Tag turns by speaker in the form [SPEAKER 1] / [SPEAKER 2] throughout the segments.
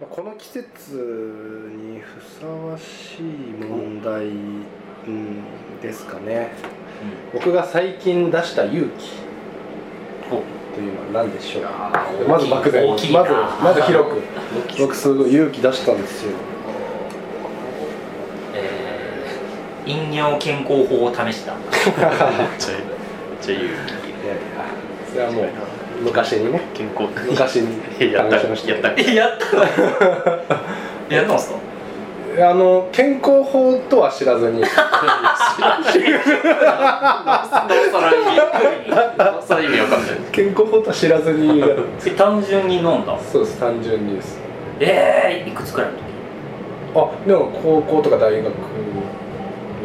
[SPEAKER 1] まあこの季節にふさわしい問題、うん、ですかね僕が最近出した勇気というのは何でしょう
[SPEAKER 2] ー
[SPEAKER 1] まず漠然
[SPEAKER 2] 大
[SPEAKER 1] ま
[SPEAKER 2] き
[SPEAKER 1] ず
[SPEAKER 2] いな
[SPEAKER 1] まず広く僕すごい勇気出したんですよ
[SPEAKER 2] えー飲尿健康法を試した
[SPEAKER 3] ちゃちゃ勇
[SPEAKER 1] いやいやそれはもう昔にね
[SPEAKER 3] 気健康
[SPEAKER 1] 昔に
[SPEAKER 3] やった
[SPEAKER 1] 試しました
[SPEAKER 3] やった
[SPEAKER 2] え やったのえやったんすか
[SPEAKER 1] あの健康法とは知らず に
[SPEAKER 3] さらにさら意味わかんない
[SPEAKER 1] 健康法とは知らずに
[SPEAKER 2] え単純に飲んだ
[SPEAKER 1] そうです単純にです
[SPEAKER 2] えー、いくつくらいの時
[SPEAKER 1] あでも高校とか大学ぐ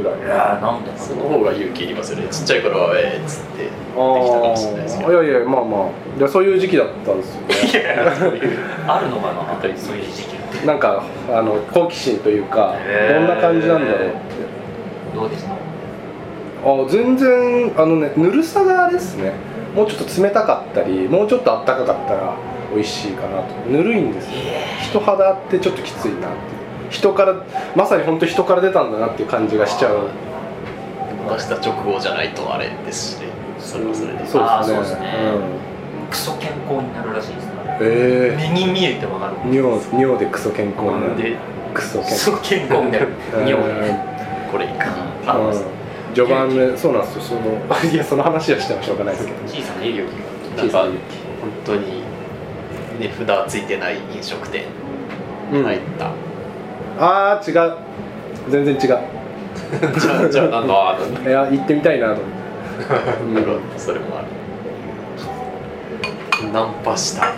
[SPEAKER 1] らい
[SPEAKER 2] いやー飲んだ
[SPEAKER 3] その方が勇気いりますよねちっちゃい頃はえーっつってできたかもしれないですけ
[SPEAKER 1] い
[SPEAKER 3] ど
[SPEAKER 1] やいやまあまあいやそういう時期だったんです よね
[SPEAKER 2] あるのかなそういう時期って
[SPEAKER 1] なんかあの好奇心というか
[SPEAKER 3] へ
[SPEAKER 1] ど
[SPEAKER 3] ー
[SPEAKER 1] んな感じなんだろうって
[SPEAKER 2] どうでした
[SPEAKER 1] あ全然あのねぬるさがですねもうちょっと冷たかったりもうちょっとあったかかったら美味しいかなとぬるいんですよ人肌ってちょっときついなっていう人からまさに本当人から出たんだなっていう感じがしちゃう
[SPEAKER 3] 出した直後じゃないとあれですしねそれはそれで
[SPEAKER 1] そう
[SPEAKER 2] あー
[SPEAKER 1] ですね
[SPEAKER 2] そうですね
[SPEAKER 1] ん、
[SPEAKER 2] クソ健康になるらしいですから
[SPEAKER 1] え
[SPEAKER 2] 目に見えてわかる
[SPEAKER 1] え尿尿でクソ健康にな
[SPEAKER 3] なん
[SPEAKER 1] る
[SPEAKER 3] で
[SPEAKER 1] クソ健
[SPEAKER 2] ク
[SPEAKER 1] 康
[SPEAKER 2] ソ健康 になる尿
[SPEAKER 3] これいく
[SPEAKER 2] あ
[SPEAKER 1] う
[SPEAKER 2] の
[SPEAKER 1] ん序盤でそうなんですよその いやその話はしてもしょうがないですけど
[SPEAKER 2] 小さな
[SPEAKER 3] 営業
[SPEAKER 1] 気
[SPEAKER 3] なん
[SPEAKER 1] づ
[SPEAKER 3] か
[SPEAKER 1] い
[SPEAKER 3] 本当にね札ついてない飲食店
[SPEAKER 1] うん
[SPEAKER 3] 入った、
[SPEAKER 1] ああ違う全然違う
[SPEAKER 3] じゃあじゃあなんだあの
[SPEAKER 1] いや行ってみたいなと思って
[SPEAKER 3] なるほどそれもあるナンパした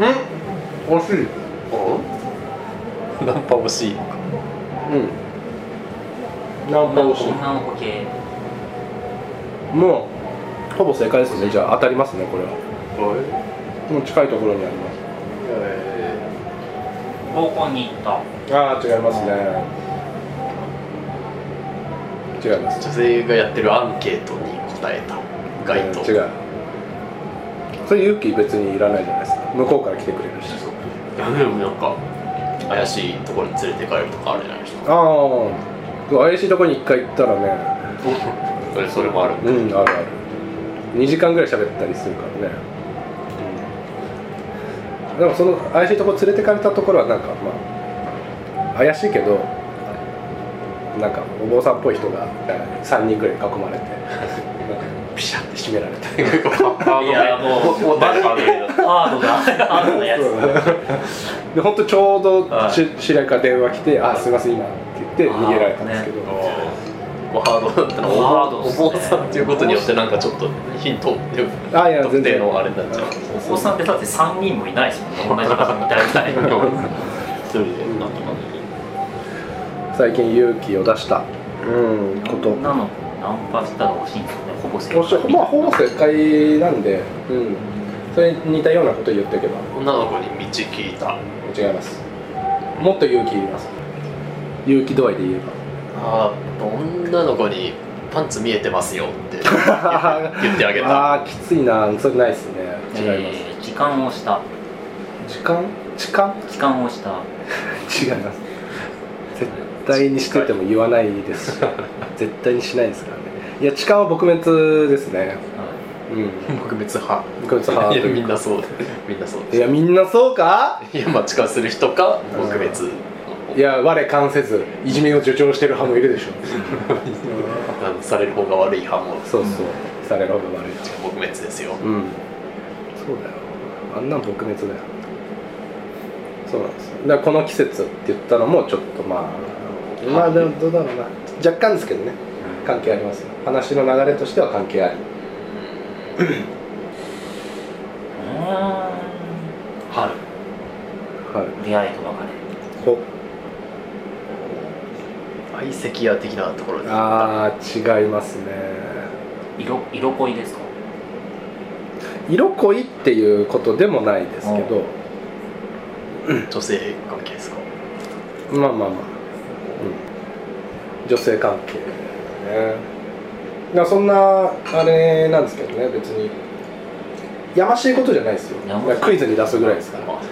[SPEAKER 1] うん惜しい
[SPEAKER 3] おナンパ欲しい
[SPEAKER 1] うん。ナンパ
[SPEAKER 2] 女の
[SPEAKER 1] をし
[SPEAKER 2] 子女の子系
[SPEAKER 1] もう、ほぼ正解ですね。じゃあ当たりますね、これは。
[SPEAKER 3] おい
[SPEAKER 1] もう近いところにありま
[SPEAKER 3] え
[SPEAKER 2] 合コンに行った
[SPEAKER 1] す。ああ、違いますね。違いま
[SPEAKER 3] ー
[SPEAKER 1] す。
[SPEAKER 3] 女性がやってるアンケートに答えた街頭
[SPEAKER 1] 違う。それ勇気別にいらないじゃないですか。向こうから来てくれるし。
[SPEAKER 3] いやでもなんか怪しいところに連れて帰るとかあるじゃないですか
[SPEAKER 1] ああ、怪しいとこに一回行ったらね、
[SPEAKER 3] それそれもある
[SPEAKER 1] うん、あるある。2時間ぐらい喋ったりするからね。でもその怪しいとこ連れてかれたところはなんかまあ怪しいけどなんかお坊さんっぽい人が3人ぐらい囲まれて なんかピシャって締められて
[SPEAKER 3] いやもうもう誰か
[SPEAKER 2] ハードだハードなやつ
[SPEAKER 1] で本当ちょうど
[SPEAKER 2] はい
[SPEAKER 1] し知り合いから電話来て「あすいません今」って言って逃げられたんですけど、
[SPEAKER 3] ごハードだったの
[SPEAKER 2] ハードっ
[SPEAKER 3] お
[SPEAKER 2] すね
[SPEAKER 3] 坊さんっていうことによってなんかちょっとヒントでも
[SPEAKER 1] あいや
[SPEAKER 3] 特
[SPEAKER 1] 全
[SPEAKER 3] 定
[SPEAKER 1] 然
[SPEAKER 3] のあれになっちゃう
[SPEAKER 2] お子さんってだって3人もいないですもんね同じ場所 にいたみたいな
[SPEAKER 3] 一人でなんとかね
[SPEAKER 1] 最近勇気を出した、うん、こと
[SPEAKER 2] 女の子にナンパしたら欲しいんですよねほぼ正
[SPEAKER 1] おっしゃ
[SPEAKER 2] 解
[SPEAKER 1] まあほぼ正解なんで、うん、それに似たようなこと言っておけば
[SPEAKER 3] 女の子に道聞いた
[SPEAKER 1] 違いますもっと勇気いります勇気度合いで言えば
[SPEAKER 3] あー女の子にパンツ見えてますよって 言ってあげた
[SPEAKER 1] あーきついなそれないですね違います、
[SPEAKER 2] えー時間をした
[SPEAKER 1] 時間時間
[SPEAKER 2] 時間をした
[SPEAKER 1] 違います絶対にしてても言わないです し絶対にしないですからねいや痴漢は撲滅ですねうん
[SPEAKER 3] 撲滅派
[SPEAKER 1] 撲滅派と
[SPEAKER 3] いや
[SPEAKER 1] い
[SPEAKER 3] み
[SPEAKER 1] うんか
[SPEAKER 3] なそうみんなそう
[SPEAKER 1] いやみんなそうか
[SPEAKER 3] いやまあ痴漢する人か撲滅
[SPEAKER 1] いや我関せずいじめを助長してる派もいる でしょ
[SPEAKER 3] あのされる方が悪い派も
[SPEAKER 1] そうそうされる方が悪い
[SPEAKER 3] 撲滅ですよ
[SPEAKER 1] うんそうだよあんなん撲滅だよそうなんですよだからこの季節って言ったのもちょっとまあまあでもどうだろうな若干ですけどね関係ありますよ話の流れとしては関係ありは
[SPEAKER 2] う
[SPEAKER 3] 春
[SPEAKER 1] い
[SPEAKER 2] ーん出会いと別
[SPEAKER 1] ほ
[SPEAKER 3] 相席屋的なところに
[SPEAKER 1] あー違いますね
[SPEAKER 2] れ色色恋ですか
[SPEAKER 1] 色恋っていうことでもないですけど
[SPEAKER 3] 女性関係ですか
[SPEAKER 1] まあまあまあ、うん、女性関係ねだからそんなあれなんですけどね別にやましいことじゃないですよ
[SPEAKER 2] やましい
[SPEAKER 1] だからクイズに出すぐらいですから、
[SPEAKER 3] まあね
[SPEAKER 1] う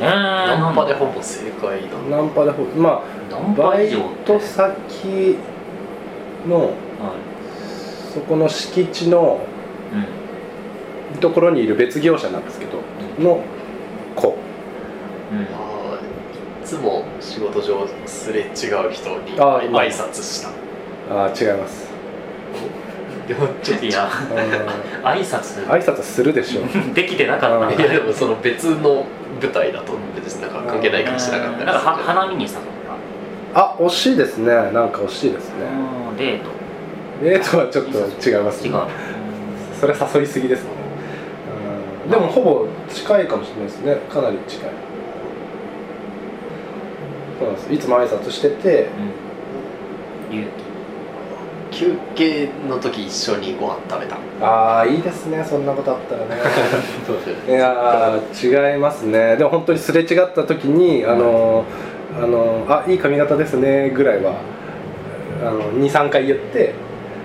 [SPEAKER 2] えー、
[SPEAKER 3] ナ
[SPEAKER 2] ナ
[SPEAKER 3] ン
[SPEAKER 2] ン
[SPEAKER 3] パ
[SPEAKER 2] パ
[SPEAKER 3] で
[SPEAKER 2] で
[SPEAKER 3] ほぼ正解だ
[SPEAKER 1] ナンパでほま
[SPEAKER 2] ナ
[SPEAKER 1] あ
[SPEAKER 2] ンパ
[SPEAKER 1] バ
[SPEAKER 2] 以
[SPEAKER 1] イ
[SPEAKER 2] 上
[SPEAKER 1] ト先の
[SPEAKER 2] はい
[SPEAKER 1] そこの敷地の
[SPEAKER 2] うん
[SPEAKER 1] ところにいる別業者なんですけどの子
[SPEAKER 2] うん
[SPEAKER 3] まあいつも仕事上すれ違う人に
[SPEAKER 1] あ
[SPEAKER 3] 挨拶した
[SPEAKER 1] あー違います
[SPEAKER 3] でもちょっと
[SPEAKER 2] いや
[SPEAKER 1] うーん
[SPEAKER 2] 挨拶
[SPEAKER 1] 挨拶するでしょ
[SPEAKER 2] できてなかった
[SPEAKER 1] うん
[SPEAKER 3] いやでもその別の舞台だと別になんか関係ないかもしれなかっ
[SPEAKER 2] う
[SPEAKER 3] た
[SPEAKER 2] ん
[SPEAKER 3] り
[SPEAKER 2] なんかは
[SPEAKER 3] する
[SPEAKER 2] 花見に誘った
[SPEAKER 1] あ惜しいですねなんか惜しいですね
[SPEAKER 2] うんデート
[SPEAKER 1] デートはちょっと違います
[SPEAKER 2] 違
[SPEAKER 1] ね
[SPEAKER 2] う
[SPEAKER 1] それ誘いすぎですねうんでもほぼ近いかもしれないですねかなり近いそうなんですいつも挨拶してて
[SPEAKER 2] うん勇
[SPEAKER 3] 休憩の時一緒にご飯食べた
[SPEAKER 1] ああいいですねそんなことあったらね いやー違いますねでも本当にすれ違った時にあのーあのーあいい髪型ですねぐらいはあの23回言って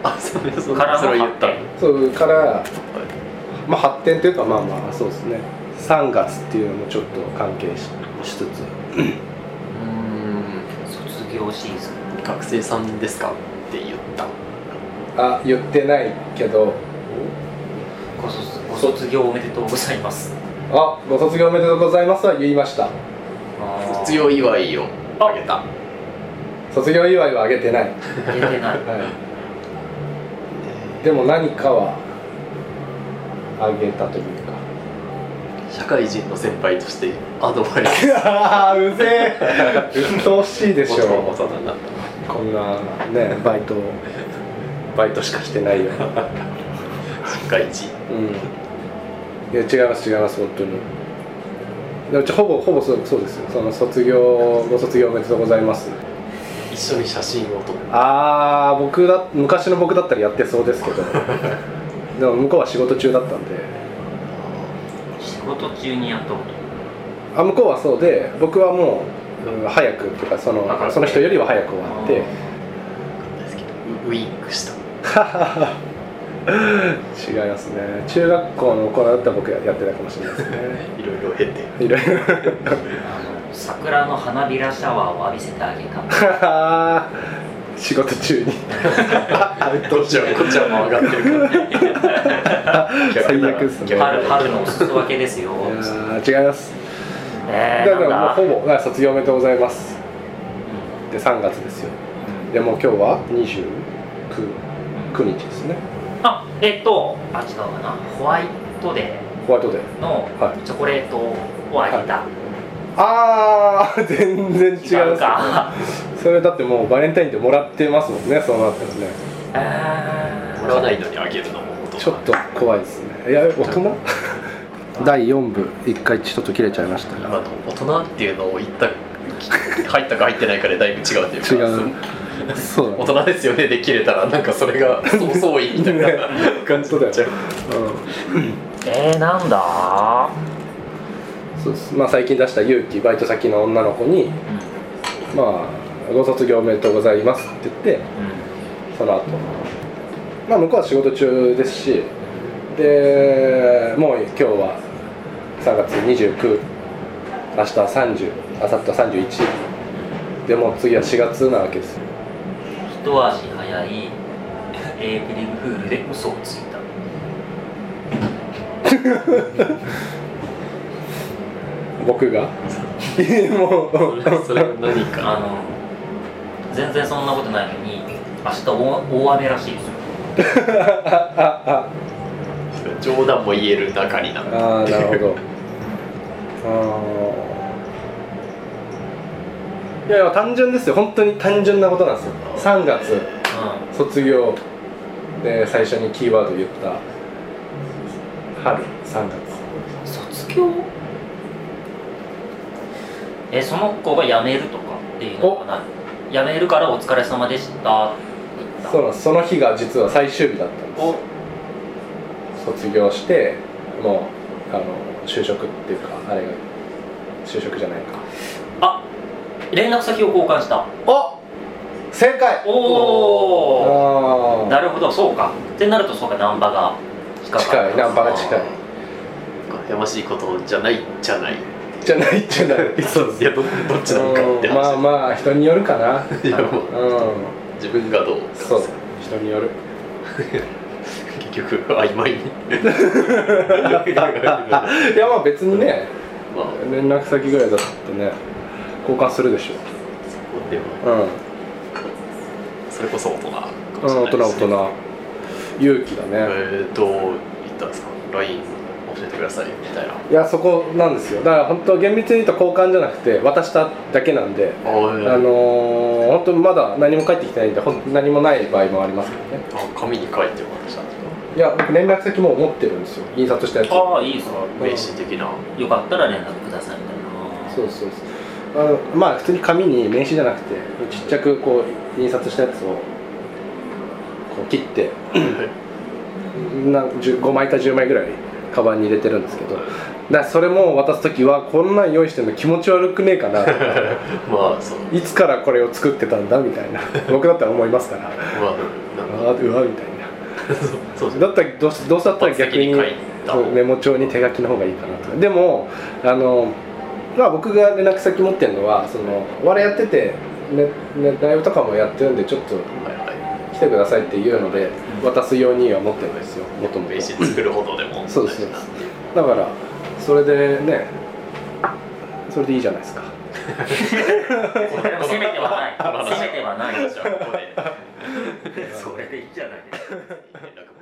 [SPEAKER 3] あそれそ
[SPEAKER 2] 気
[SPEAKER 3] れ
[SPEAKER 2] から
[SPEAKER 3] そ
[SPEAKER 2] の
[SPEAKER 3] れ言っ
[SPEAKER 2] 発
[SPEAKER 3] た
[SPEAKER 2] 展
[SPEAKER 3] ら
[SPEAKER 1] そうからまあ発展というかまあまあそうですね3月っていうのもちょっと関係ししつつ
[SPEAKER 3] う
[SPEAKER 2] 卒業シーズン
[SPEAKER 3] ーん学生さんですかって言った
[SPEAKER 1] あ言ってないけど
[SPEAKER 2] ご卒ご卒業おめでとうございます
[SPEAKER 1] あご卒業おめでとうございますは言いました
[SPEAKER 3] 卒業祝いをあげた
[SPEAKER 1] 卒業祝いはあげてない、
[SPEAKER 2] 出てない
[SPEAKER 1] はい、でも何かはあげたという か
[SPEAKER 3] 社会人の先輩としてアドバイス
[SPEAKER 1] あーうぜえうっとうしいでし
[SPEAKER 3] 元の
[SPEAKER 1] ょ
[SPEAKER 3] 大人になった
[SPEAKER 1] こんなねバイトバイトしかしてないよ
[SPEAKER 3] 社会人
[SPEAKER 1] うんいや違います違います本当にでうちほぼほぼそうそうですよその卒業ご卒業おめでとうございます
[SPEAKER 3] 一緒に写真を撮っ
[SPEAKER 1] ああ僕だ昔の僕だったらやってそうですけど でも向こうは仕事中だったんで
[SPEAKER 2] 仕事中にやったこと
[SPEAKER 1] あ向こうはそうで僕はもう、うん早くっていうかその
[SPEAKER 2] わかる
[SPEAKER 1] その人よりは早く終わって
[SPEAKER 3] たんですけどウウインクした
[SPEAKER 1] 違いますね中学校の頃だったら僕やってたかもしれないですね
[SPEAKER 3] いろいろ経て
[SPEAKER 1] いろいろ
[SPEAKER 2] あの桜の花びらシャワーを浴びせてあげた
[SPEAKER 1] 仕事中にアウト
[SPEAKER 3] こっちはこっちはもう上がってるから
[SPEAKER 1] 最悪っすね
[SPEAKER 3] 逆だ
[SPEAKER 2] 春春のお裾分けですよ
[SPEAKER 1] いやー違います
[SPEAKER 2] え
[SPEAKER 1] だ
[SPEAKER 2] ー、
[SPEAKER 1] か
[SPEAKER 2] なん
[SPEAKER 1] ら
[SPEAKER 2] だ
[SPEAKER 1] もうほぼだから卒業おめでとうございます
[SPEAKER 2] う
[SPEAKER 1] で3月ですよ
[SPEAKER 2] んうん
[SPEAKER 1] でもう今日は29 9日ですね
[SPEAKER 2] あえっとあ違うかなホワイトデ
[SPEAKER 1] ホワイトデー
[SPEAKER 2] ーの
[SPEAKER 1] は
[SPEAKER 2] チョコレートをあげた、
[SPEAKER 1] あー全然違うっす
[SPEAKER 2] 違う
[SPEAKER 1] ね
[SPEAKER 2] か
[SPEAKER 1] それだってもうバレンタインでもらってますもんねそうなったらね
[SPEAKER 2] え
[SPEAKER 3] もらわないのにあげるのも
[SPEAKER 1] ちょっと怖いですねいや大人 第4部1回ちょっと切れちゃいました
[SPEAKER 3] あ
[SPEAKER 1] が
[SPEAKER 3] の大人っていうのを言った入ったか入ってないかでだいぶ違うというか
[SPEAKER 1] 違うそうだ
[SPEAKER 3] 大人ですよねで切れたらなんかそれがそうそういい みたい な
[SPEAKER 1] ね
[SPEAKER 3] 感じになっちゃう
[SPEAKER 2] えー、なんだ、
[SPEAKER 1] うんそうですまあ、最近出した勇気バイト先の女の子に
[SPEAKER 2] う
[SPEAKER 1] 「まあ、ご卒業おめでとうございます」って言って
[SPEAKER 2] ん
[SPEAKER 1] その後まあ向こうは仕事中ですしでもう今日は3月29明日は30明後日は31でもう次は4月なわけですよ
[SPEAKER 2] うん、一足早いエイプリルフールで嘘をついた
[SPEAKER 1] 僕がも
[SPEAKER 3] そうれ それは何
[SPEAKER 2] あ
[SPEAKER 3] か
[SPEAKER 2] の全然そんなことないのに明日大大雨らしいですよ
[SPEAKER 3] 冗談も言える中になった
[SPEAKER 1] ああなるほどあーいやいや単純ですよ本当に単純なことなんですよ3月卒業で最初にキーワード言った春3月
[SPEAKER 2] うん卒業えその子が辞めるとかっていうのがない辞めるからお疲れ様でしたって言った
[SPEAKER 1] そうなんですその日が実は最終日だったんで
[SPEAKER 2] お
[SPEAKER 1] す卒業してもうあの就職っていうかあれが就職じゃないか
[SPEAKER 2] あ連絡先を交換した
[SPEAKER 1] お正解
[SPEAKER 2] おお
[SPEAKER 1] あ
[SPEAKER 2] なるほどそうかってなるとそうか難波が近かった
[SPEAKER 1] 近い難波が近い
[SPEAKER 3] やましいことじゃないじゃない
[SPEAKER 1] じゃないじゃない
[SPEAKER 3] そうですいやどどっちなのかって
[SPEAKER 1] うんまあ
[SPEAKER 3] 話、
[SPEAKER 1] まあ人によるかな
[SPEAKER 3] いやもう
[SPEAKER 1] うん
[SPEAKER 3] 自分がどう
[SPEAKER 1] そう人によ る
[SPEAKER 3] 結局曖昧にまあ
[SPEAKER 1] いやまあ別にね連絡先ぐらいだったらね交換するでしょ
[SPEAKER 3] で
[SPEAKER 1] う
[SPEAKER 3] も
[SPEAKER 1] ん、うん、
[SPEAKER 3] それこそ大人かもし
[SPEAKER 1] 大
[SPEAKER 3] れ
[SPEAKER 1] 人
[SPEAKER 3] ないですね
[SPEAKER 1] 大人勇気だね、
[SPEAKER 3] えー、どう言ったんですか LINE 教えてくださいみたいない
[SPEAKER 1] やそこなんですよだから本当厳密に言うと交換じゃなくて渡しただけなんで、
[SPEAKER 3] あー
[SPEAKER 1] あのー、本当まだ何も返ってきてないんでほん何もない場合もありますけどね
[SPEAKER 3] あ紙に書いてもらったんですか
[SPEAKER 1] いや僕連絡先もう持ってるんですよ印刷したやつ
[SPEAKER 2] ああいいですか
[SPEAKER 3] 名刺的な
[SPEAKER 2] よかったら連絡くださいみたいな
[SPEAKER 1] そうそうそうあのまあ普通に紙に名刺じゃなくてちっちゃくこう印刷したやつをこう切ってな5枚か10枚ぐらいカバンに入れてるんですけどだからそれも渡す時はこんなん用意してるの気持ち悪くねえかな
[SPEAKER 3] まあそう
[SPEAKER 1] いつからこれを作ってたんだみたいな 僕だったら思いますからあ
[SPEAKER 3] まあなんか
[SPEAKER 1] ーうわみたい
[SPEAKER 3] そうです
[SPEAKER 1] なだったらどうしどうせだったら逆に
[SPEAKER 3] 一発先に書いた方が
[SPEAKER 1] メモ帳に手書きの方がいいかなとかでもあの、まあ、僕が連絡先持ってるのはその我々やってて、ねね、ライブとかもやってるんでちょっと
[SPEAKER 3] はいは
[SPEAKER 1] 来てくださいっていうので渡すようには持ってるんですよもと
[SPEAKER 3] い
[SPEAKER 1] もと
[SPEAKER 3] 名刺作るほどでも
[SPEAKER 1] そうですそう ですだからそれでねそれでいいじゃないですか
[SPEAKER 2] でも攻めてはない
[SPEAKER 3] この話
[SPEAKER 2] 攻めてはないでしょ
[SPEAKER 3] ここで
[SPEAKER 2] それでいいじゃないですか
[SPEAKER 3] 連絡